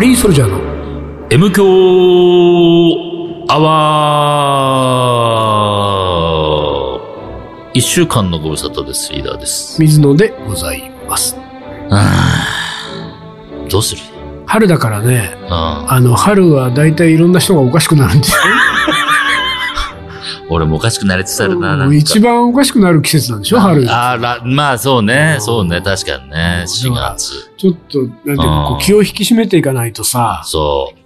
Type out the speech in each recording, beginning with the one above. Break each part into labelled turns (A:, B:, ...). A: リーソルジャーの
B: M 強アワー一週間のご無沙汰です、リーダーです。
A: 水野でございます。
B: どうする
A: 春だからね、
B: うん。
A: あの、春は大体いろんな人がおかしくなるんです
B: 俺もおかしくなりつつある
A: よ。
B: な、な
A: もう
B: んか。
A: 一番おかしくなる季節なんでしょ、春。ち
B: あら、まあそう
A: う
B: ね、
A: ん
B: そうね、確かにね、4月。
A: ょっと、なんていうかこ
B: うん
A: う気を引き締めていかないとさ、
B: そう。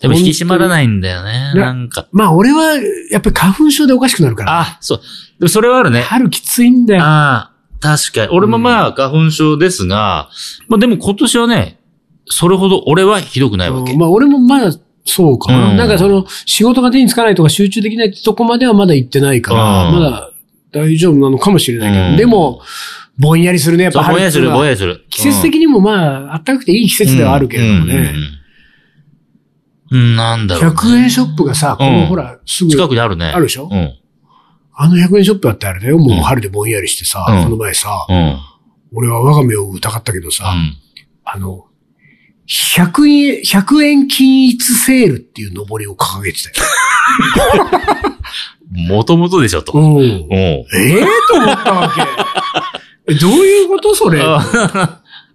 B: でも引き締まらないんだよね、
A: 当に
B: なんか。
A: まあ俺は、やっぱり花粉症でおかしくなるから。
B: あ、そう。でもそれはあるね。
A: 春きついんだよ。
B: ああ、確かに。俺もまあ、花粉症ですが、まあでも今年はね、それほど俺はひどくないわけ。
A: うんまあ俺もまだそうかな。
B: うん
A: なんかその仕事が手につかないとか集中できないってとこまではまだ行ってないから、
B: うん
A: まだ大丈夫なのかもしれないけど、
B: うん
A: でも、ぼんやりするね、やっ
B: そう
A: ぱ
B: ぼんやりする、
A: 春っていうのは
B: ぼんやりする。
A: 季節
B: に
A: 的にもまあ、あったかくていい季節ではあるけれどもね。。
B: うんうんうんうん、なんだろうね。
A: 100円ショップがさ、こ
B: うん
A: のほら、すぐ、
B: 近くにあるね。
A: あるでしょ
B: うん。
A: あの100円ショップだってあれだよ、もううん春でぼんやりしてさ、
B: うん
A: この前さ、
B: うん。うん。
A: 俺は我が目を疑ったけどさ、あの、100円、100円均一セールっていう上りを掲げてたよ。
B: もともとでしょ、と。
A: うん
B: う。ん。
A: ええと思った わけ。えどういうことそれ。あ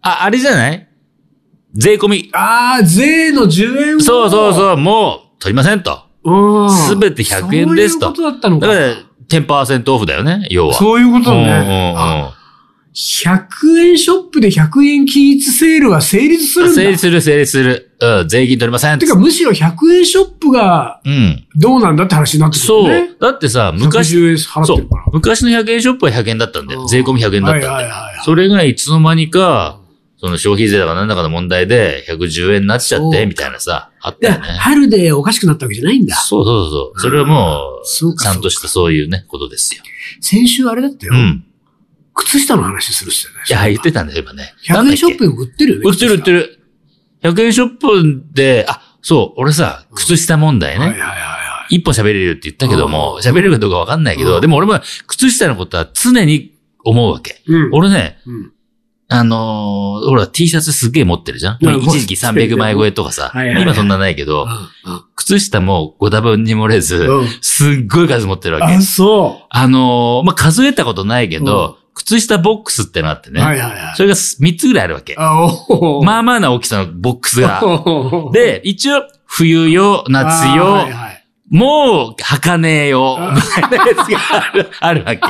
B: あ、あれじゃない税込み。
A: あー、税の10円を
B: そうそう
A: う。
B: そう、もう取りませんと。
A: うん。
B: すべて100円ですと
A: そういうことだったの
B: だ
A: か。
B: から、10%オフだよね、要は。
A: そういうことだ
B: うん
A: ね。
B: うん
A: あ
B: うん
A: 100円ショップで100円均一セールは成立するんだ。
B: 成立する、成立する。うん、税金取りません。
A: てか、むしろ100円ショップが
B: うん。
A: どうなんだって話になってくる
B: そ
A: よね
B: う。。だってさ、昔、
A: 110円払っ
B: そ
A: てる
B: う
A: から。、
B: 昔の100円ショップは100円だったんだ
A: う
B: よ。
A: ん
B: 税込み100円だったんだよ。
A: はいはいはいはい
B: それがいつの間にか、その消費税だかなんだかの問題で110円になっちゃっ
A: そう
B: て、
A: か
B: みたいなさ、あっ
A: で
B: たよね。
A: 春でおかしくなったわけじゃないんだ。
B: そうそうそう。それはも
A: そう
B: う、
A: か
B: ちゃんとしたそういうね、ことですよ。
A: 先週あれだったよ。
B: うん。
A: 靴下の話するっすよね。
B: いや、言ってたんだよ、今ね。
A: 100円ショップ
B: なんだっ
A: に売ってるよ
B: け
A: ね。
B: 売ってる売ってる。100円ショップで、あ、そう、俺さ、靴下問題
A: 靴下はい
B: ね。
A: はいはいはい。
B: 一本喋れるって言ったけども
A: う、ん
B: 喋れるかどうかわかんないけ
A: う
B: ど、
A: ん
B: でも俺も靴下のことは常に思うわけ。
A: うん
B: 俺ね、
A: うん
B: あのー、ほら T シャツすげえ持ってるじゃん、
A: うん
B: まあ一時期300枚超えとかさ、
A: はいはいはい
B: 今そんなないけど、
A: う
B: 靴下もご多分に漏れず、
A: んうん
B: すっごい数持ってるわけ。
A: あ、
B: あ
A: そ
B: のー、まあ、数えたことないけど、靴下ボックスってのあって
A: う。
B: ね、
A: はいはいはい
B: そ。れが3つぐらいあるわけ。
A: あ、お
B: まあまあな大きさのボックスが。
A: あ、
B: で、一応、冬用、夏用、
A: はいはい
B: もう、儚よう、
A: あ
B: みたいなやつがある、あるわけ。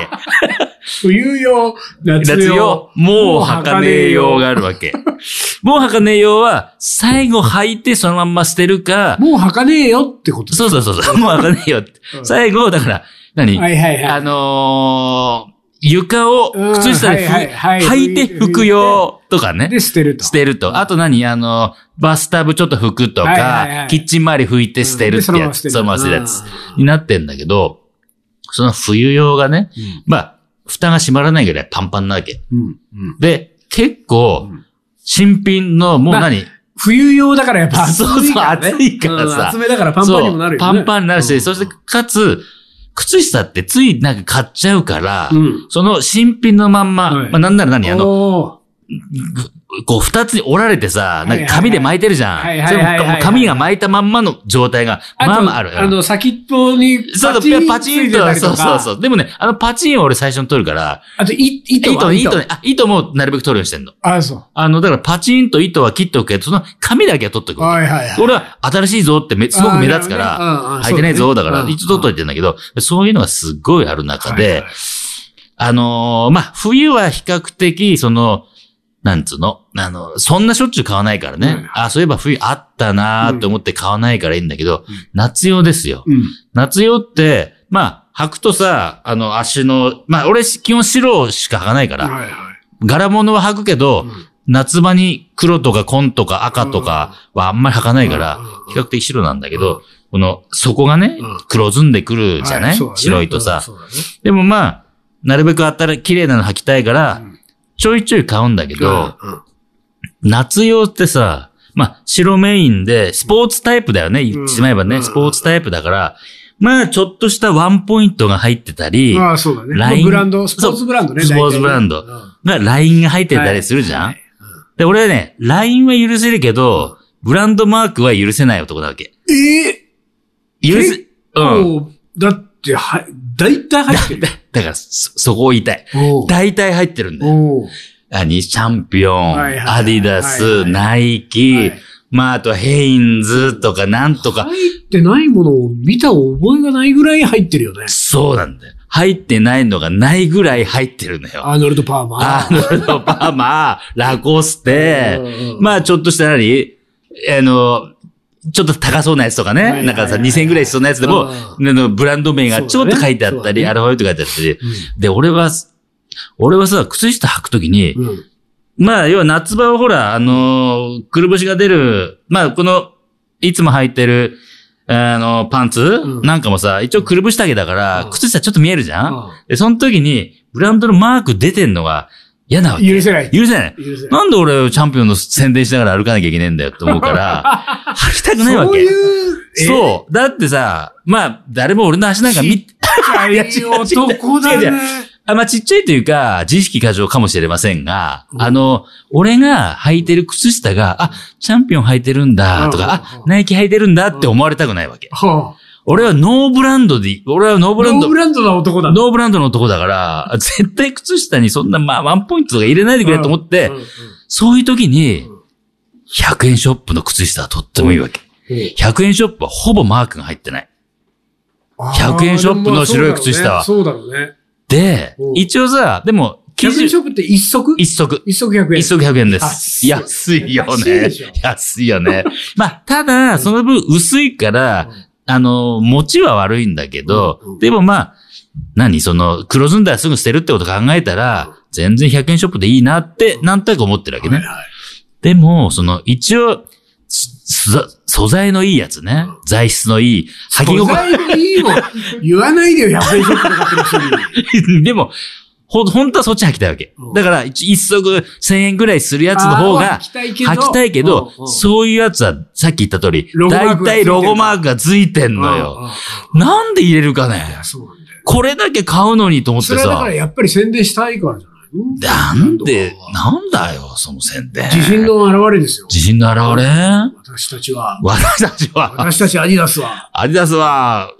A: 冬用、夏
B: 夏
A: 用
B: よ。、もう、儚ようがあるわけ。もう、儚ようは、最後履いてそのまんま捨てるか、
A: もう履かねえよってこと
B: そうそうそう そう、もう儚ようって。
A: うん
B: 最後、だから、何、
A: はいはいは
B: あ
A: い。
B: のー床を靴下で
A: うん
B: ふ
A: はいはいはい
B: 履いて服用とかね。
A: で、捨てると。
B: 捨てると。あと何あの、バスタブちょっと拭くと
A: はいはいは
B: か
A: い、
B: キッチン周り拭いて捨てるって
A: うんで
B: やつ。そのまま捨てるやつ。になってんだけど、その冬用がね、
A: うん
B: まあ、蓋が閉まらないぐらいパンパンなわけ。
A: うんうん
B: で、結構
A: うん、
B: 新品の、もう
A: まあ
B: 何、
A: 冬用だからやっぱ暑
B: そう
A: い
B: そう、
A: からね。
B: 暑いから
A: うん
B: さ。
A: 厚めだからパンパンにもなるよね。
B: そうパンパンになるし、
A: うん
B: そして、かつ、靴下ってついなんか買っちゃうから、
A: うん。
B: その新品のまんま、
A: はい
B: まあ、なんなら何あの、
A: の、
B: こう二つに折られてさ、なんか紙で巻いてるじゃん。
A: はいはいはいはいはいはい
B: それも紙が巻いたまんまの状態が、
A: と
B: まあまあある。
A: あの、先っぽに
B: そうそう、パチン
A: ついてた
B: と、
A: りと
B: そう
A: か
B: そうそう。でもね、あのパチンを俺最初に取るから、
A: あと、い糸
B: 糸
A: は
B: ね、糸ね、あ、糸もなるべく取るようにしてんの。
A: あ、そ
B: あの、だからパチンと糸は切っておくけど、その紙だけは取ってお
A: う。
B: くわ
A: はいはい
B: け。
A: はい。
B: 俺は新しいぞってめ、すごく目立つから、
A: ら
B: 履いてないぞ、だから、一度取っといてんだけど、そういうのがすっごいある中で、あのーまあ、冬は比較的、その、なんつうのあの、そんなしょっちゅう買わないからね。
A: うん
B: あ、そういえば冬あったなーって思って買わないからいいんだけど、
A: うん
B: 夏用ですよ。
A: うん。
B: 夏用って、まあ、履くとさ、あの、足の、まあ、俺、基本白しか履かないから、
A: はいはい。
B: 柄物は履くけど、
A: うん
B: 夏場に黒とか紺とか赤とかはあんまり履かないから
A: うんうんうん、
B: 比較的白なんだけ
A: う
B: ど、この、底がね
A: うん、
B: 黒ずんでくるじゃな
A: はいそうだね
B: 白いと
A: う
B: さ。
A: んそうだね
B: でもまあ、なるべくあったら綺麗なの履きたいから
A: うん、
B: ちょいちょい買うんだけど、
A: うんうん
B: 夏用ってさ、まあ、白メインで、スポーツタイプだよね、言ってしまえば
A: う
B: ね、
A: ん
B: スポーツタイプだから、まあ、ちょっとしたワンポイントが入ってたり、
A: ああ、そうだね。
B: ライン
A: まあブランド、スポーツブランドね。
B: そ
A: 大
B: う
A: 体ね
B: スポーツブランド
A: うん
B: まあ、ラインが入ってたりするじゃん
A: はい
B: で、俺はね、ラインは許せるけど、ブランドマークは許せない男なわけ。
A: ええ
B: 許
A: 結
B: せ、うん。
A: もうだって、は、だいたい入ってる。
B: だから、そ、そこを言いたい。
A: おう
B: 大体入ってるんだよ。
A: おう
B: 何チャンピオン、
A: はいはいはい
B: アディダ
A: はい
B: ス、
A: はい
B: ナイ
A: はい
B: キ、まあ、あとヘインズとかなんとか、
A: 入ってないものを見た覚えがないぐらい入ってるよね。
B: そうなんだよ。入ってないのがないぐらい入ってるんだよ。
A: アーノルド・パーマー。
B: アーノルド・パーマー、ラコステ
A: うんうん、
B: まあちょっとした何あの、ちょっと高そうなやつとか
A: はいはいは
B: ね。
A: い
B: なんかさ、2000円ぐらいしそうなやつでも、あのブランド名がちょっと書いてあっ
A: そうだ
B: た
A: ね
B: り、アルファベット書いてあったり。で、俺は、俺はさ、靴下履くときに、
A: うんうん
B: まあ、要は夏場はほら、あのーくるぶしが出る、まあ、この、いつも履いてる、あのパンツ、
A: うん
B: なんかもさ、一応くるぶし丈だから、
A: うん
B: 靴下ちょっと見えるじゃん、
A: あ
B: で、その時に、ブランドのマーク出てんのが嫌な
A: あ
B: わけ。
A: 許せない。
B: 許せない。
A: 許せない。
B: なんで俺、チャンピオンの宣伝しながら歩かなきゃいけねえんだよって思 うから、履きたくないわ
A: そう
B: け。
A: いう、
B: そう。だってさ、まあ、誰も俺の足なんか見、
A: う、いや、違う男だ
B: 違う違う
A: ね。
B: あまあ、ちっちゃいというか、自意識過剰かもしれませんが、
A: うん
B: あの、俺が履いてる靴下が、あ、チャンピオン履いてるんだ、と
A: うん
B: か、
A: うん
B: あ
A: うん、
B: ナイキ履いてるんだって思われたくないわけ。
A: はあ。
B: 俺はノーブランドで、俺はノーブラン
A: ノ
B: ド
A: ーブ、ランドな男だ。
B: ノーブランドの男だから、絶対靴下にそんな、まあ、ワンポイントとか入れないでくれと思って、
A: うんうんうん
B: そういう時
A: う
B: に
A: ん、
B: 100円ショップの靴下はとってもいいわけ。100円ショップはほぼマークが入ってない。100円ショップの白い靴下は
A: あーそうだろうね。
B: で
A: う、ん
B: 一応さ、でも、
A: そうだろうね100円ショップって一足
B: 一足。
A: 一足100円。
B: 一足100円で
A: 安
B: す。
A: い
B: 安いよ
A: 安い
B: ね
A: でしょ。
B: 安いよね。まあ、ただ、その分薄いから、あの、持ちは悪いんだけど
A: うんうん、
B: でもまあ、何その、黒ずんだらすぐ捨てるってこと考えたら、全然100円ショップでいいなって、なんとなく思ってるわけ
A: はい
B: ね。
A: はい
B: でも、その、一応、すす素材のいいやつね。材質のいい。履き
A: 素
B: 心
A: 材のいいの言わないでよ、100円ショップで買ってる人に。
B: 地、 でも、ほ、本当はそっち履きたいわけ
A: うん。
B: だから、一一足1000円ぐらいするやつの方
A: あー
B: が
A: 履き、たいけど
B: 履きたいけど
A: うんう、ん
B: そういうやつは、さっき言った通り
A: ロ、ゴマークが
B: 大
A: ついて
B: 体
A: る
B: ロゴマークがついてんの
A: うんうん
B: よ。
A: うん
B: なんで入れるかね
A: いやそうなんだよ。
B: これだけ買うのにと思っ
A: そ
B: て
A: れはだか
B: さ
A: ら、やっぱり宣伝したいからじゃな
B: ないんで、なんだよ、その宣伝。
A: 自信の表れですよ。
B: 自信の表れ
A: 私たちは、
B: 私たちは、
A: 私たちアディダスは、
B: アディダスは、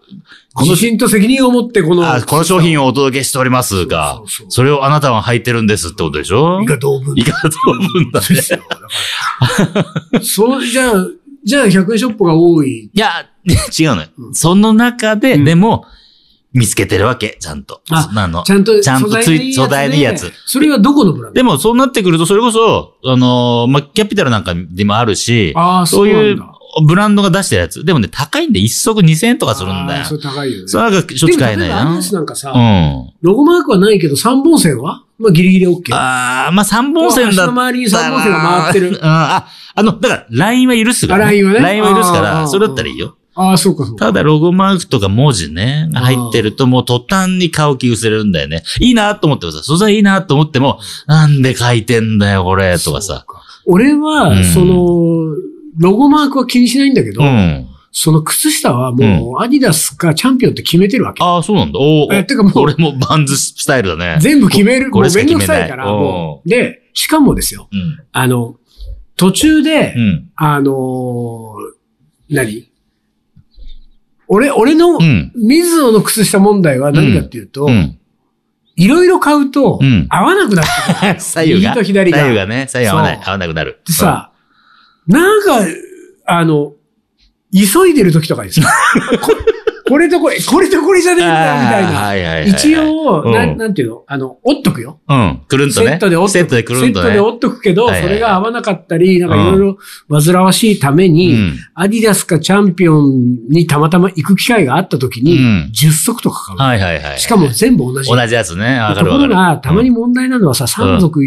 B: この
A: 自信と責任を持ってこの、
B: あこの商品をお届けしております
A: そ
B: が
A: うそうそう、
B: それをあなたは履いてるんですってことでしょ
A: 以下同文。
B: いかと思うんだね
A: そうですよ。だからそう、じゃあ、じゃあ100円ショップが多い。
B: いや、違うのよ
A: う。ん
B: その中で、
A: うん
B: でも、見つけてるわけ、ちゃんと。
A: あ
B: そんなの
A: ち。ゃんと、
B: ちゃんとつい
A: 素材のいいやつで
B: 素材のいいや。
A: それはどこのブランド
B: でも、そうなってくると、それこそ、あのーまあ、キャピタルなんかでもあるし、
A: ああ、
B: そう
A: ないん
B: う
A: だ
B: ブランドが出してるやつ。でもね、高いんで、一足2000円とかするんだ
A: あ
B: よ
A: ー。それ高いよね。
B: それなんかしょっちゅう買えない
A: でも例ばアディ
B: な
A: ダ。スなんかさ、
B: うん。
A: ロゴマークはないけど、三本線はまあ、ギリギリ OK。
B: ああ、まあ、三本線だ
A: 足の
B: ったら。
A: 周りに三本線が回って
B: うん
A: る。
B: あ、あの、だから、ラインは許すから、
A: あ LINE はね
B: ラインは許すか
A: あーあーあー
B: ら、それだったらいいよ。
A: ああ、そうか、そうか。
B: ただ、ロゴマークとか文字ね、が入ってると、もう途端に買う気薄れるんだよね。いいなと思ってもさ、素材いいなと思っても、なんで書いてんだよ、これ、とかさ。
A: 俺は、
B: うん
A: その、ロゴマークは気にしないんだけど、
B: うん。
A: その靴下はもう、アディダスかチャンピオンって決めてるわけ。
B: ああ、そうなんだ。おお。
A: えてかもう
B: 俺もバンズスタイルだね。
A: 全部決める。
B: こ
A: もう
B: れしか
A: めんど
B: 決
A: くさ
B: めないい
A: から、もう。で、しかもですよ、
B: うん。
A: あの、途中で、
B: うん。
A: あのー何俺、俺の
B: う、ん。
A: 水野の靴下問題は何かっていうと
B: う、ん。
A: いろいろ買うと
B: うん、
A: 合わなくなってくる。
B: 左右が。
A: 右と左が
B: 左右がね、左右合わない
A: そ。う
B: 合わなくなる。
A: でさ、なんか、あの、急いでる時とかに さ、ここれとこれ、これとこれじゃ
B: うん、
A: ねえんだよ、みたい
B: あー
A: な。
B: はいはいはい。
A: 一、応、
B: うん
A: なん、なんていうのあの、折っとくよ。
B: うん。くるんと
A: セ
B: ね。
A: ットで折っとく。
B: セットでくるんと
A: セット
B: ね。
A: で折っとくけど、
B: はいはい
A: そ
B: はい
A: れが合わなかったり、なんかいろいろ煩わしいため
B: う
A: に、
B: ん。
A: アディダスかチャンピオンにたまたま行く機会があった時に、
B: うん
A: 10足とか買う。
B: はいはいはい。
A: しかも全部同じ。
B: 同じやつね。わか
A: と
B: るわ
A: ころ
B: かる。
A: が、たまに問題なのはさ、3足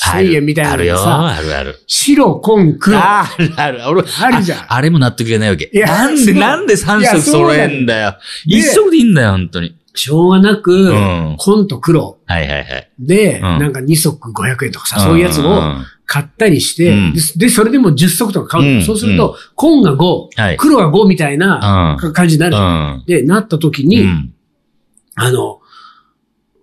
A: 1000円みたいな
B: あ
A: の
B: る
A: が
B: よ。
A: さ、
B: あるある。
A: 白、紺、黒。
B: あるある。俺、
A: あるじゃん
B: ああれも納得いかないわけ。
A: いや
B: なんで、
A: そう
B: なんで3
A: いや
B: 色
A: そう
B: 揃
A: なの
B: えんだよ。
A: で
B: 一色でいいんだよ、本当に。
A: しょうがなく、
B: うん
A: 紺と黒
B: はいはいはい。
A: で、
B: ん
A: なんか2足500円とかさ、そういうやつ
B: んん
A: を
B: ん
A: 買ったりして、
B: うん
A: で、でそれでも10足とか買うの、
B: うん
A: そうすると、紺が5、
B: はい
A: 黒が5みたいな
B: う
A: 感じになる。
B: うん。
A: で、なった時に、
B: うん
A: あの、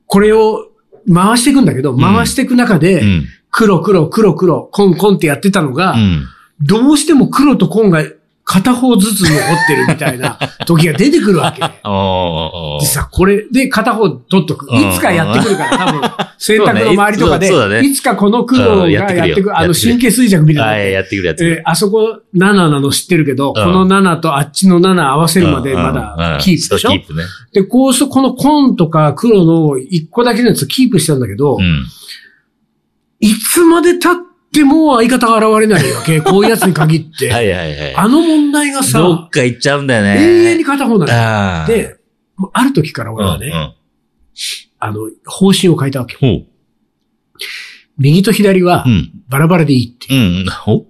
A: これを回していくんだけど、
B: ん
A: 回していく中で、
B: うん。
A: 黒黒黒黒、コンコンってやってたのが、
B: うん
A: どうしても黒と紺が片方ずつ残ってるみたい な時が出てくるわけ。
B: おー
A: 実はこれで片方取っとく。
B: うん
A: いつかやってくるから、 多分。洗濯の周りとかで、
B: そうだね
A: いつかこの黒が
B: うん
A: や
B: やってくるよ
A: ってくる。あ
B: や
A: の
B: ってくる
A: 神経衰弱みた
B: はいい、
A: な。
B: やってくるやつ。
A: えーあそこ7なの知ってるけど、この7とあっちの7合わせるまでま
B: うんうんう
A: だ
B: ん
A: キープでしょ
B: そうキープね。
A: で、こうするとこの紺とか黒の一個だけのやつキープしたんだけど、
B: うん。
A: いつまで経っても相方が現れないわ け。こういうやつに限って。
B: はいはいは
A: あ
B: い。
A: の問題が
B: ど
A: さ
B: っ、か行っちゃうんだよね。
A: 永遠に片方なの。
B: ああ。、
A: で、もうある時から
B: う
A: 俺
B: んう
A: はね、
B: ん。
A: あの、方針を変えたわけ。
B: ほう。
A: 右と左は
B: うん。
A: バラバラでいいって。
B: うん。ほ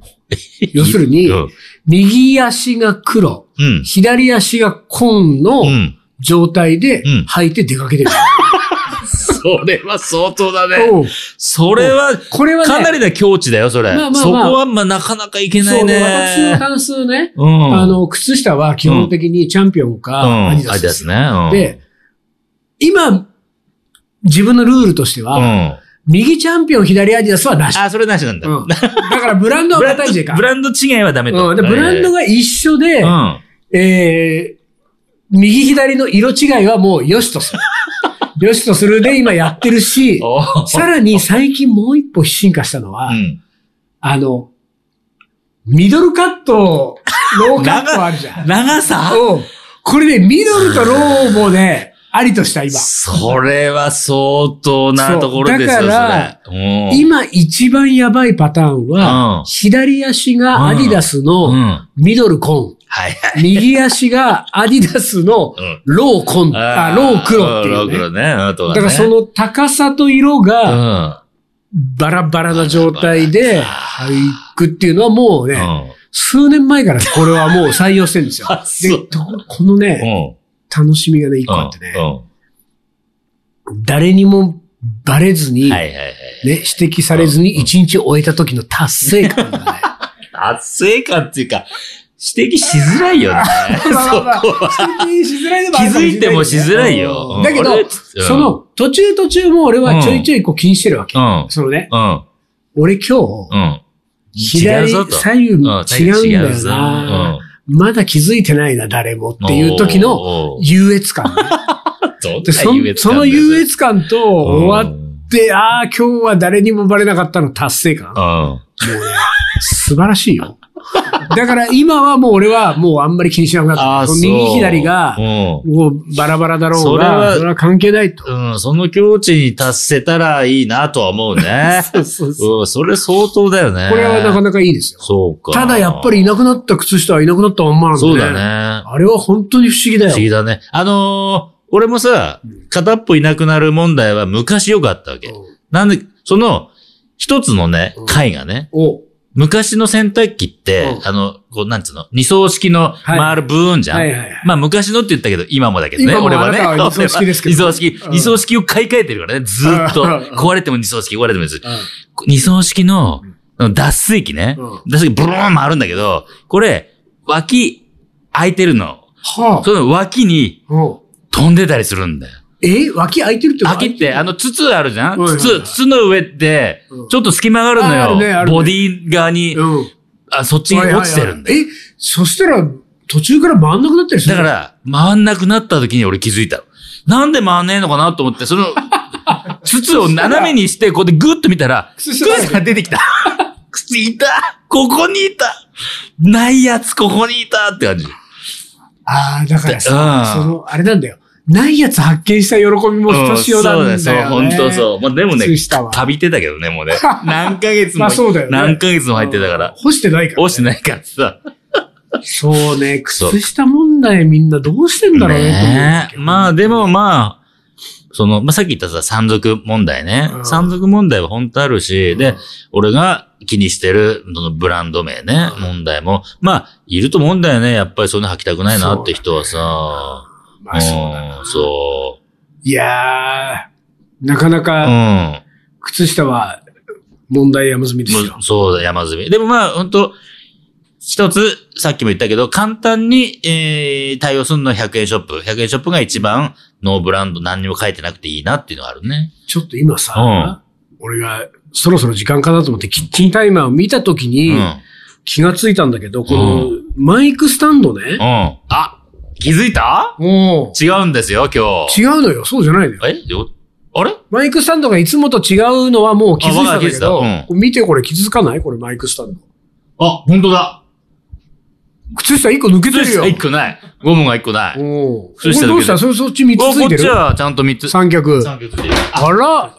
A: 要するに
B: う、ん。
A: 右足が黒、
B: うん。
A: 左足が紺の
B: うん。
A: 状態で
B: うん
A: 履いて出かけてる。
B: それは相当だ ね。
A: おう
B: それは、
A: これはね、
B: かなりな境地だよ、そ
A: まあ
B: れ。
A: まあまあ
B: そこは、まあ、なかなかいけない
A: そう私の
B: ね。
A: 関数ね、
B: うん。
A: あ、の、靴下は基本的にチャンピオン
B: う
A: か
B: ん。
A: ア
B: ア
A: ディ
B: デ
A: ダス
B: ィ
A: で
B: ダ
A: す
B: スね。うん。
A: で、今、自分のルールとして
B: う
A: は、
B: ん。
A: 右チャンピオン、左アディダスはなし。
B: あ、それなしなんだ。
A: うん、だからブランドは
B: ブラン
A: 硬いじゃん
B: ド、
A: か。
B: ブランド違いはダメ
A: う
B: と。
A: ん、でブランド
B: が、
A: が一緒で、
B: うん。
A: えー右左の色違いはもう良しと する。良しとするで今やってるし、
B: おー
A: さらに最近もう一歩進化したのは、
B: うん。
A: あの、ミドルカット、ローカットあるじゃん。
B: 長さ
A: うんこれで、ミドルとローもね、ありとした今。
B: それは相当なところで
A: そ
B: すよ、そうれ。
A: だから
B: うん、
A: 今一番やばいパターンは、
B: うん
A: 左足がアディダス
B: うん。
A: の
B: はい
A: ミドル コ
B: はい。
A: ン、右足がアディダスの
B: うん
A: ローコン、あロー黒っていう、
B: ロー
A: ね。
B: 黒ね。あと
A: だ
B: は
A: か
B: ね
A: らその高さと色
B: う
A: が
B: ん。
A: バラバラな状態で俳句っていうのはもうね、
B: うん。。
A: 数年前からこれはもう採用してるんですよ
B: あ、そ
A: で
B: う。、
A: とこの
B: う
A: ね、
B: ん。
A: 楽しみがね、一
B: う
A: 個あ
B: ん
A: ってね、誰にもバレず
B: う
A: に、
B: ん。は
A: ね、
B: いはいはい。
A: 指摘されずに一日終えた時の達成感がね、
B: 達成感っていうか、指摘しづらいよね。 そ こ
A: まあまあまあ
B: は。
A: 指摘しづらいのも
B: 気
A: あるか
B: づ
A: も
B: いてもしづらいよ。うん
A: だけど、
B: 俺
A: そ、の、途中途中も俺はちょいちょいこう気にしてるわけ。
B: うん。
A: そのね、
B: うん。
A: 俺今日、
B: うん。違う
A: 左
B: ぞと。
A: 左右違うん
B: うん
A: だよな。まだ気づいてないな、誰もっていう時の
B: の
A: 優越 感ね、でそんその優越感と終わって、ああ、今日は誰にもバレなかったの達成感。も
B: うん。
A: うね、素晴らしいよ。だから今はもう俺はもうあんまり気にしなくなった。その右左が
B: う、ん
A: もうバラバラだろう
B: それ
A: が、
B: は
A: それは関係ないと。
B: うん、その境地に達せたらいいなとは思うね。
A: そうそうそう
B: うん、それ相当だよね。
A: これはなか
B: か。
A: なかいいですよ。
B: そうか。
A: ただやっぱりいなくなった靴下はいなくなったまんまなんで、
B: そうだ。ね。
A: あれは本当に不思議だ
B: 不思議
A: よ。
B: だね。あのー俺もさ、片っぽいなくなる問題は昔よくあったわけ。なんで、その、一つのね
A: うん、
B: 回がね、
A: おは
B: 昔の洗濯機って
A: う、ん
B: あの、こう、なんつうの、二層式の回るブーンじ
A: い
B: ゃん。
A: はいはい。
B: まあ昔のって言ったけど、今もだけどね、
A: 今も
B: 俺はね。
A: あなたは二層式ですけど
B: 二層式
A: うん、
B: 二層式を買い替えてるからね、ずーっと
A: うんうん。
B: 壊れても二層式、壊れても二層式。二層式の、脱水機ね
A: うん。
B: 脱水機ブルーン回るんだけど、これ、脇、開いてるの。
A: は
B: その脇に
A: あうん。
B: 飛んでたりするんだよ。
A: え脇開いてるってこと
B: 秋って、あの、筒あるじゃ
A: は
B: ん
A: いはいはい
B: 筒、筒の上って
A: うん、
B: ちょっと隙間があるの
A: ああるねあ
B: よ。
A: るね
B: ボディ側に、
A: うん。
B: あ、そっちに落ちてるんだよ。
A: はいはいはいえ、そしたら、途中から回んなくなったりす
B: だ
A: る
B: から、回んなくなった時に俺気づいたの。なんで回んねえのかなと思って、そ の、筒を斜めにして、こうやってグッと見たら、
A: 靴下だ
B: 靴が出てきた。 靴いたここにいたないやつここにいたって感じ。
A: ああ、だからさ、
B: うん
A: その、あれなんだよ。ないやつ発見した喜びもひとしおなんだよね。
B: うんそうだよ、そう、本当そう。まあでもね
A: 靴下、は
B: 旅ってたけどね、も うね。何ヶ月
A: ま
B: も、
A: あそうだよね
B: 何ヶ月も入ってたから。
A: 干してないから。
B: 押してないからさ。
A: そうね、
B: そう
A: 靴下問題みんなどうしてんだろうね
B: ね。えまあでもまあ、その、まあさっき言ったさ、山賊問題ね
A: う。ん
B: 山賊問題は本当あるし、
A: う
B: で
A: ん、
B: 俺が気にしてる、そのブランド名ね、
A: うん
B: 問題も、まあ、いると思うんだよね。やっぱりそんな履きたくないなって人はさ。
A: まあそうだ
B: う
A: なん
B: そ
A: いやー、なかな
B: う。う
A: か
B: ん。
A: 靴下は問題山積みです
B: も
A: よ
B: う。そうだ、山積み。でもまあ、本当一つ、さっきも言ったけど、簡単に、えー、対応するのは100円ショップ。100円ショップが一番、ノーブランド何にも書いてなくていいなっていうのがあるね。
A: ちょっと今さ、俺がそろそろ時間かなと思ってキッチンタイマーを見たとき
B: う
A: に、
B: ん。
A: 気がついたんだけど、この
B: う
A: マイクスタンドね。
B: うん。あ、気づいた
A: も
B: 違うんですよ、今
A: う、違うのよ。そうじゃないのよ。
B: 日。えよあれ
A: マイクスタンドがいつもと違うのはもう気づいたんだけ
B: あ
A: ど
B: わかる気づいた、
A: 見てこれ気づかないこれマイクスタンド。
B: あ、本当だ。
A: 靴下1個抜けて
B: 靴
A: る
B: 下
A: よ。
B: 一個ない。ゴムが一個ない。
A: おうこ
B: 靴
A: れ
B: 下抜けてる
A: どうしたそそっち3
B: お
A: つつい
B: こ
A: て
B: っち
A: る
B: はちゃんと三つ。
A: 三脚。
B: 三脚ついてるあ
A: あら、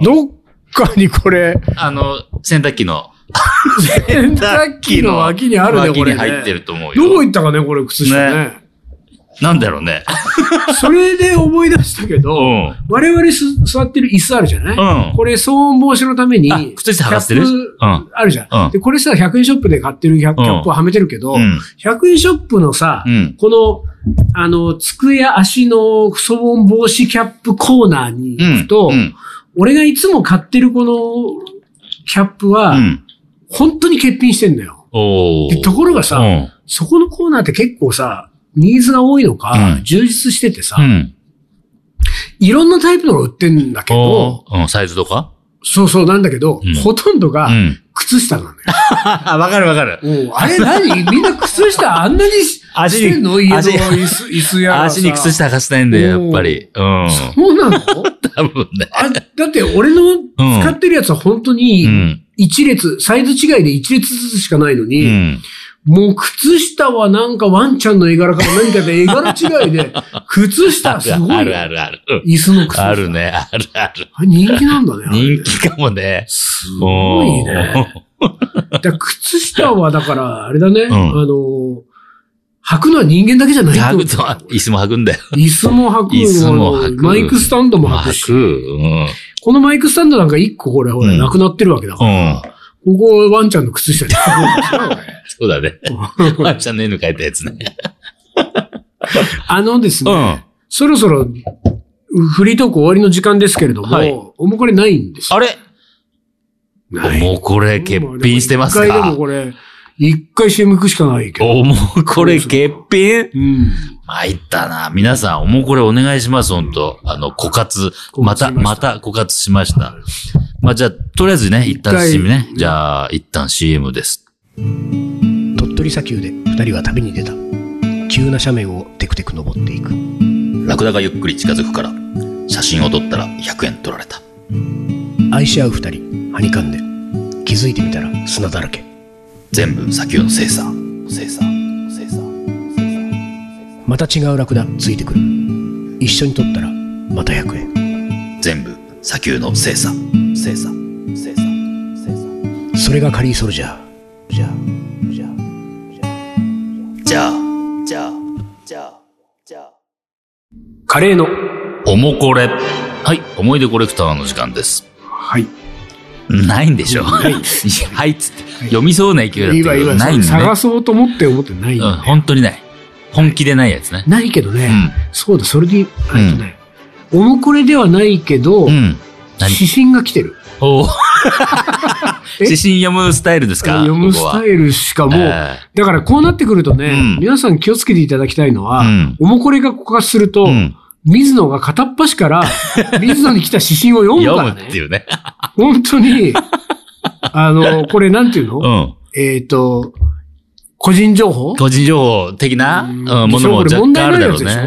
A: どっかにこれ、
B: あの、洗濯機の。
A: 洗濯機の脇にあるね、こ
B: 脇
A: れ、
B: に
A: ね。
B: 入ってると思う
A: どこ
B: よ。
A: 行ったかね、これ、靴下ね。
B: なんだろうね。
A: それで思い出したけ
B: う
A: ど、
B: ん。
A: 我々す座ってる椅子あるじゃない、
B: うん
A: これ騒音防止のために
B: あ、、靴下剥がしてる
A: キ
B: う
A: ャ
B: ん。
A: ップあるじゃん,、
B: うん
A: で、これさ、100円ショップで買ってるキャップキャップをはめてるけど、
B: うん。
A: 100円ショップのさ、
B: うん
A: この、あの、机や足の騒音防止キャップコーナーに
B: う
A: 行
B: ん。
A: くと、
B: うん。
A: 俺がいつも買ってるこのキャップは、
B: うん。
A: 本当に欠品してんだよ。
B: お
A: で
B: ー。
A: ところが
B: う
A: さ、
B: ん。
A: そこのコーナーって結構さ、ニーズが多いのか、
B: うん
A: 充実しててさ、
B: うん。
A: いろんなタイプのが売ってんだけど、
B: おーうん。サイズとか
A: そうそうなんだけど、
B: うん
A: ほとんど
B: う
A: が
B: ん。
A: 靴下なんだ
B: わかるわかる。
A: よ。おうあれ何みんな靴下あんなにし
B: 足に
A: してんの家の
B: 足に
A: 椅子椅子やらさ
B: 足に靴下履かせないんだよ、やっぱり。うん。
A: そうなの
B: 多分ね。
A: あだって俺の使ってるやつは本当
B: う
A: に
B: ん。
A: 一列、サイズ違いで一列ずつしかないの
B: う
A: に、
B: ん。
A: もう靴下はなんかワンちゃんの絵柄から何かで絵柄違い で、靴下すごいよ。
B: あるあるある。うん
A: 椅子の靴下。
B: あるね、あるある。
A: あ。人気なんだね。あれね
B: 人気かもね。
A: すごいね。だから靴下はだから、あれだね。
B: ん
A: あの、履くのは人間だけじゃ ないって
B: 履
A: こ
B: く
A: と
B: とは、椅子も履くんだよ。
A: 椅子も履く
B: 椅子も履く
A: あのマイクスタンドも履く
B: 履く。
A: し。
B: うん。
A: このマイクスタンドなんか一個ほら、ほら、
B: うん
A: なくなってるわけだ
B: う
A: から。
B: ん。
A: ここワンちゃんの靴 下にすごいですよ。
B: そうだね。ワンちゃんの犬描いたやつね。
A: あのですね、
B: ん。
A: そろそろ、フリートーク終わりの時間ですけれども、
B: はい
A: おもこれないんですよ
B: あれもうこれ欠品してます
A: 一回でも
B: か
A: これ、一回 CM 行くしかないけど。
B: おもうこれ欠品
A: うん。
B: 参ったな。皆さん、おもうこれお願いします、本当あの、枯渇。
A: 枯渇
B: ま
A: しま
B: た、
A: した
B: また枯渇しました。まあ、じゃあ、とりあえずね、一旦
A: 一回
B: CM ね。じゃあ、一旦 CM です。
C: 鳥取砂丘で2人は旅に出た急な斜面をテクテク登っていく
B: ラクダがゆっくり近づくから、写真を撮ったら100円取られた。
C: 愛し合う2人はにかんで気づいてみたら砂だらけ
B: 全部砂丘の精査。精査。精査。
C: また違うラクダついてくる一緒に取ったらまた100円
B: 全部砂丘の精査。精査。精査。精査。
C: それがカリーソルジャーじゃあじゃあ
B: じゃあ、じゃあ、じゃあ、じゃあ。
A: カレーの。
B: おもこれ。はい、思い出コレクターの時間です。
A: はい。
B: ないんでしょ。
A: ない
B: はいっつって。読みそうな勢いだったけ
A: 今、
B: ど、
A: 今、
B: ないんだね
A: 探。そうと思って思ってないん
B: うん、
A: だね、
B: 本当にない。本気でないやつね。
A: ないけどね、
B: う
A: そうだ、それで、えっとね、おもこれではないけど、
B: ん。うん。何
A: 指針が来てる。
B: おー
A: え
B: 指針読むスタイルですか
A: 読むスタイルしかもう、
B: え
A: だからこうなってくるとね、
B: うん
A: 皆さん気をつけていただきたいのは、
B: うん
A: おもこれが枯渇すると、
B: ーうん。
A: 水野が片っ端 から、水野に来た指針を読むか
B: 読
A: ら
B: む
A: ね
B: って。いうね。
A: 本当 に、あの、これなんていうの、
B: うん。
A: えっ、と、個人情報
B: 個人情報的な
A: うん
B: うんものも
A: でしょこれ
B: 若
A: 問
B: 干
A: 題
B: あ
A: な
B: る
A: い
B: だ
A: や
B: ろ
A: つ
B: う
A: でしょ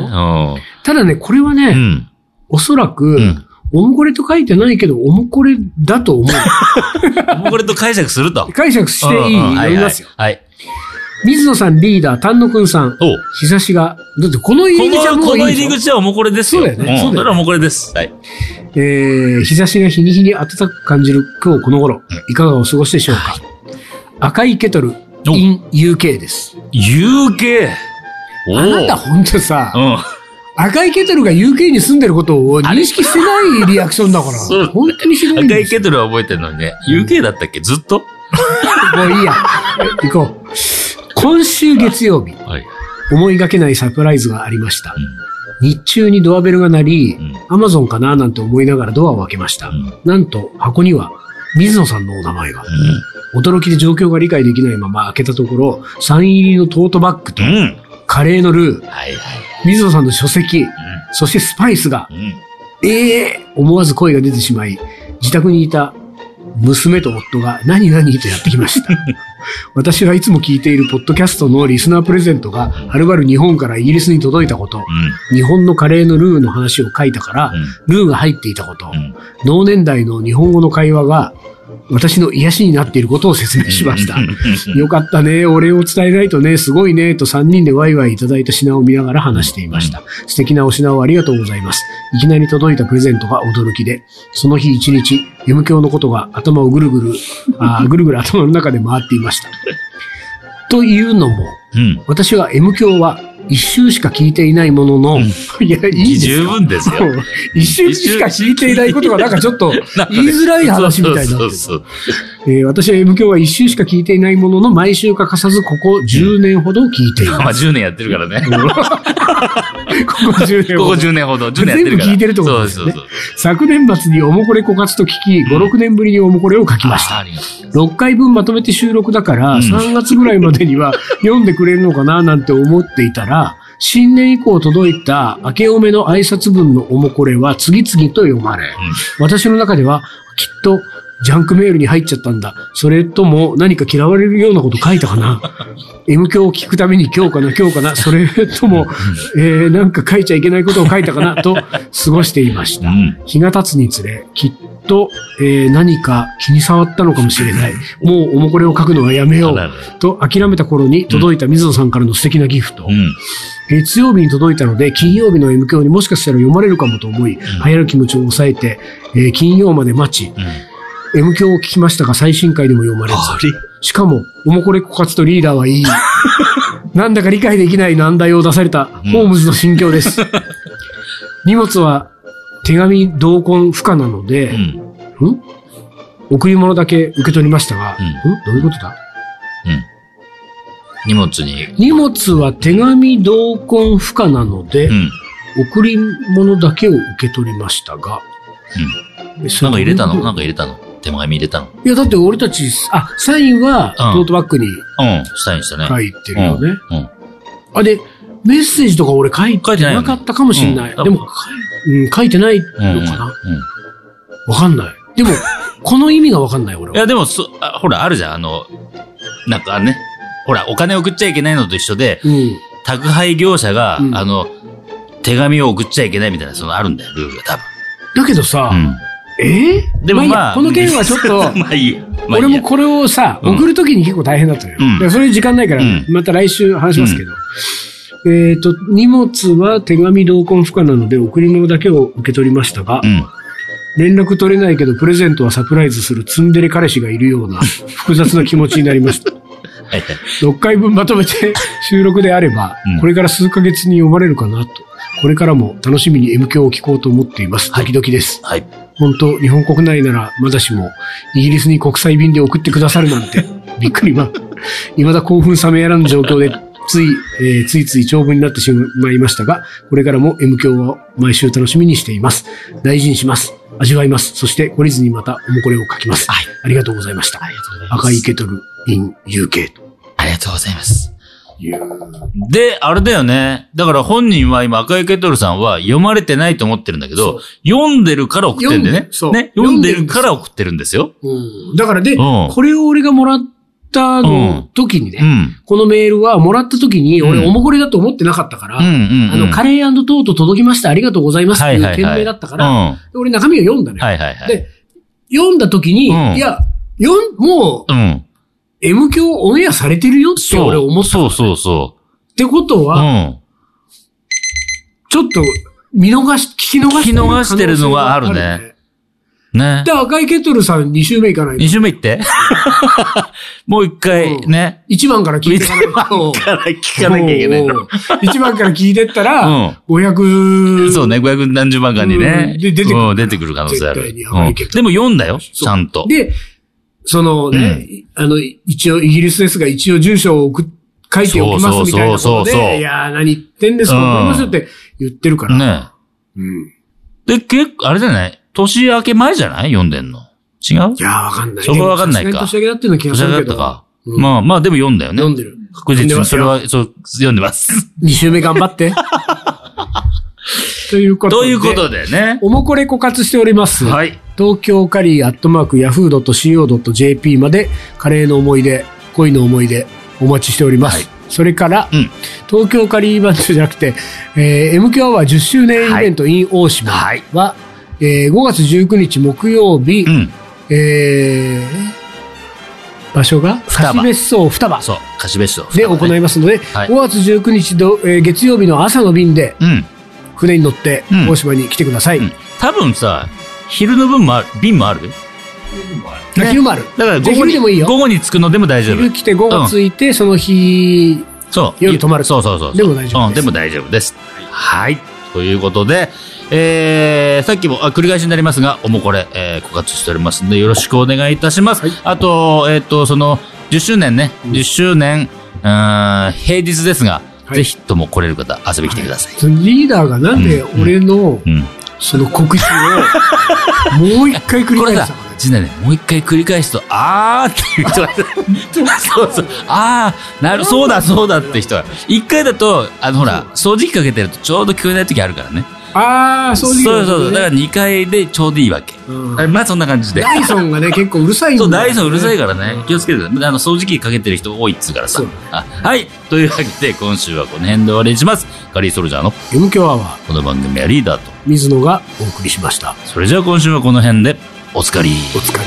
B: ね。
A: ただね、これはね、
B: うん。うん。
A: おそらく、
B: うん
A: おもこれと書いてないけど、おもこれだ と思う。
B: おもこれと解釈すると。
A: 解釈していい、
B: うんうんは
A: 読
B: い
A: み
B: は
A: ま
B: い
A: すよ。。
B: はい。
A: 水野さんリーダー、丹野くんさん、
B: おう
A: 日差しが、だってこの入
B: こ
A: り口は
B: の、
A: も
B: こ
A: う
B: の
A: いい
B: 入り
A: でし
B: 口はもうこれですよ。
A: そうだよね
B: ん
A: そうだよね
B: それはもうこれです。はい。
A: ょえー日差しが日に日に暖かく感じる今日この頃、いかがお過ごしでしょうか。赤いケトル、
B: お
A: in UK です。
B: UK! お
A: あなた
B: う
A: ほんとさ、
B: うん。
A: 赤いケトルが UK に住んでることを認識してないリアクションだか
B: そう
A: ら、本当にひどいん
B: 赤
A: で
B: い
A: すよ
B: ケトルは覚えてるのにね。UK だったっけずっと
A: もういいや。行こう。今週月曜日、
B: はい。
A: 思いがけないサプライズがありました。
B: う
A: 日中にドアベルが鳴り
B: ん。う、ん。
A: アマゾンかななんて思いながらドアを開けました。
B: うん
A: なんと箱には水野さんのお名前が。驚きで状況が理解できないまま開けたところ、サイン入りのトートバッグと
B: うん。うん。
A: カレーのルー、
B: はいはい。
A: 水野さんの書籍、そしてスパイスが、
B: うん。うん。
A: ええ思わず声が出てしまい、自宅にいた娘と夫が何々とやってきました。 私はいつも聞いているポッドキャストのリスナープレゼントが、はるばる日本からイギリスに届いたこと、日本のカレーのルーの話を書いたから、ルーが入っていたこと、同年代の日本語の会話が、私の癒しになっていることを説明しました。よかったね、お礼を伝えないとね、すごいね、と3人でワイワイいただいた品を見ながら話していました。素敵なお品をありがとうございます。いきなり届いたプレゼントが驚きで、その日一日、M 教のことが頭をぐるぐる、 あーぐるぐる頭の中で回っていました。というのも、
B: うん。
A: 私は M 教は一周しか聞いていないものの、
B: うん
A: いや、いいですよ
B: 十分ですよ。
A: 一周しか聞いていないことがなんかちょっと言いづらい話みたいになって
B: そう
A: る。
B: そう
A: えー私は M 教は一周しか聞いていないものの、毎週欠かさずここ10年ほど聞いてい
B: そう。まあ
A: ます。
B: 10年やってるからね。こ
A: ここ10年ほ
B: こ
A: ど。
B: 10年ほど。10年やって
A: 全
B: るから。
A: 部聞いてるってことですよね
B: そうそうそう。
A: 昨年末におもこれ枯渇と聞き、5、6年ぶりにおもこれを書きまし
B: あー
A: た。
B: ありがとう
A: 6回分まとめて収録だから、
B: うん
A: 3月ぐらいまでには読んでくれるのかななんて思っていたら、新年以降届いた明けおめの挨拶文のおもこれは次々と読まれ、私の中ではきっとジャンクメールに入っちゃったんだ。それとも何か嫌われるようなこと書いたかな ?M 教を聞くために今日かな今日かなそれとも、えーなんか書いちゃいけないことを書いたかなと過ごしていました
B: う。ん。
A: 日が経つにつれ、きっと、えー何か気に触ったのかもしれない。もうおもこれを書くのはやめよ
B: あら
A: う。
B: ら
A: と諦めた頃に届いた水野さんからの素敵なギフト。
B: うん。
A: 月曜日に届いたので、金曜日の M 教にもしかしたら読まれるかもと思い、流行る気持ちを抑えて、えー金曜まで待ち、
B: うん
A: M 教を聞きましたが最新回でも読まれず、しかも、おもこれ枯渇とリーダーはい い。なんだか理解できない難題を出された、
B: うん
A: ホームズの心境です。 荷物は手紙同梱不可なので、
B: うん。
A: ん贈り物だけ受け取りましたが、
B: うん
A: んどういうことだ
B: うん。荷物に。
A: 荷物は手紙同梱不可なので、
B: うん。
A: 贈り物だけを受け取りましたが、えそ
B: なんか入れたの
A: どういう
B: なんか入れたの手前見入れたの
A: いや、だって俺たち、あ、サインは
B: うん
A: トートバッグに
B: うん。下にしたね。
A: 書いてるよね。
B: うん。
A: あ、で、メッセージとか俺書い
B: 書
A: て
B: いてない
A: な
B: よね
A: かったかもしれない。
B: うん
A: でも、書いうん、書いてないの
B: うん。うん。
A: かなわ、
B: う
A: かんない。でも、 この意味がわかんない俺
B: ん。い
A: は。
B: や、でも、そ、あほら、あるじゃん。あの、なんかね。ほら、お金送っちゃいけないのと一緒で、
A: うん。
B: 宅配業者が、
A: うん
B: あの、手紙を送っちゃいけないみたいな、そのあるんだよ、ルールが多
A: だけどさ、
B: 分。
A: えー
B: うん。でも
A: いいや
B: まあ。
A: この件はちょっ と、
B: まあいい。まあ
A: 俺
B: いいや
A: もこれをさ、
B: うん
A: 送るときに結構大変だったのよ。
B: うん
A: だからそれ時間ないから
B: うん、
A: また来週話しますけど。えっ、と、荷物は手紙同梱不可なので、贈り物だけを受け取りましたが、
B: うん。
A: 連絡取れないけど、プレゼントはサプライズするツンデレ彼氏がいるような複雑な気持ちになりま した。
B: はいはい。
A: 6回分まとめて収録であれば、
B: うん
A: これから数ヶ月に読まれるかなと。これからも楽しみに M 響を聞こうと思っています。ドキドキです。
B: はい。
A: 本当、日本国内ならまだしも、イギリスに国際便で送ってくださるなんて、 びっくりま。未だ興奮冷めやらぬ状況で、つい、えーついつい長文になってしまいましたが、これからも M 響を毎週楽しみにしています。大事にします。味わいます。そして、懲りずにまたおもこれを書きます。
B: はい
A: ありがとうございました。
B: りがとうござい
A: 赤いケトル in UK と
B: ありがとうございます。
A: いう。
B: で、あれだよね。だから本人は今赤いケトルさんは読まれてないと思ってるんだけど、読んでるから送ってんで
A: 読ん
B: ね
A: でそう。
B: ね読んでるから送ってるんですよ。
A: うんだからで、
B: うん
A: これを俺がもらったの時にね、
B: うん。
A: このメールはもらった時に、
B: う
A: 俺
B: ん
A: おもこれだと思ってなかったから、
B: うんうん。
A: あの、カレートート届きました、ありがとうございますっていう店名だったから、
B: うん。
A: 俺中身を読んだね。
B: はいはいはい。
A: で、読んだ時に、
B: うん
A: いや、よん、もう、
B: うん。
A: M 教オンエアされてるよって
B: そう。
A: 俺思った。
B: そうそうそ
A: ってこと
B: う。う
A: は、
B: ん。
A: ちょっと、見逃し、聞き逃してる可能性
B: 聞き逃してるのはあるね
A: がね。
B: ね
A: で、。赤いケトルさん2週目行かない
B: 二
A: と。
B: 週目行って もう一回
A: うん
B: ね。
A: 1番から聞いていかないと。
B: から聞かなきゃいけないんだろう。
A: 一番から聞いてったら、
B: うん
A: 500。
B: そうね、五百何十万間にね
A: う。んで出てくる
B: うん出てくる可能性ある。
A: 絶対に赤
B: う
A: い
B: ん
A: ケトル
B: でも読んだよ、ちゃんと。
A: で、そのね、あの、一応、イギリスですが、一応住所を送っ書いておきますみたいなこと
B: そうそうそうそうそう
A: で、いやー、何言ってんですか、
B: うん
A: 送りますよって言ってるから。
B: ね
A: うん。い
B: で、結構、あれじゃない年明け前じゃない読んでんの。違う
A: やー、わかんない。
B: そこはわかんないか
A: でもさすがに年明けだっていうの気が
B: 年
A: す
B: 明け
A: る
B: だっ
A: けど。
B: たか。
A: うん
B: まあまあ、でも読んだよね
A: 読。んでる。
B: 確実にそれは、そう、読ん でます。
A: 2週目頑張 って。ということ
B: と
A: で。
B: いうことでね。
A: おもこれ枯渇しております。
B: はい。
A: 東京カリーアットマークヤフー .co.jp までカレーの思い出、恋の思い出お待ちしております。
B: はい
A: それから、
B: うん
A: 東京カリーバンドじゃなくて、えー MQ アワー10周年イベント in 大島は、
B: はい
A: えー5月19日木曜日、
B: うん。
A: えー場所が
B: 双葉
A: 貸別荘双葉
B: そう。貸別荘。
A: で行いますので、
B: はい
A: 5月19日ど、えー月曜日の朝の便で
B: うん。
A: 船に乗って
B: うん
A: 大島に来てください。
B: うん多分さ、昼の分もある、便もある
A: 昼
B: ね
A: 昼もある。
B: だから午
A: ぜひ
B: 後
A: 見
B: に、
A: てもいいよ
B: 午後に着くのでも大丈夫。
A: 昼来て午後着いて、その日、
B: そう。
A: 夜泊まる
B: そうそうそうそう。
A: でも大丈夫です
B: うん、でも大丈夫です。はい。ということで、えー、さっきも、あ、繰り返しになりますが、おもこれ、えー、枯渇しておりますんで、よろしくお願いいたします。あと、えっ、と、その、10周年ね、10周年、うーん、平日ですが、
A: はい
B: ぜひとも来れる方、遊びに来てください。
A: リーダーがなんで
B: うん
A: 俺の
B: うん。
A: その告知をもう一回繰り
B: これ
A: 返し
B: さ
A: たのね、
B: 陣内ね、もう一回繰り返すと、あーっていう人が、 そうそう、あー、なる、そうだ、そうだって人が、一回だと、あの、ほら、掃除機かけてるとちょうど聞こえない時あるからね。
A: ああ、そういう
B: そう
A: こ
B: そう
A: と
B: そう。だから
A: ね。
B: 2階でちょうどいいわけ。
A: うん
B: あまあそんな感じで。
A: ダイソンがね、結構うるさいんだ
B: そ
A: よ
B: う、
A: ね
B: ダイソンうるさいからね。気をつけてください。あの、掃除機かけてる人多いっつうからさ
A: そう。
B: あはい。というわけで、今週はこの辺で終わりにします。カリーソルジャーの
A: M 響アワー、
B: この番組はリーダーと。
A: 水野がお送りしました。
B: それじゃあ今週はこの辺で、おつかり。
A: お疲れ。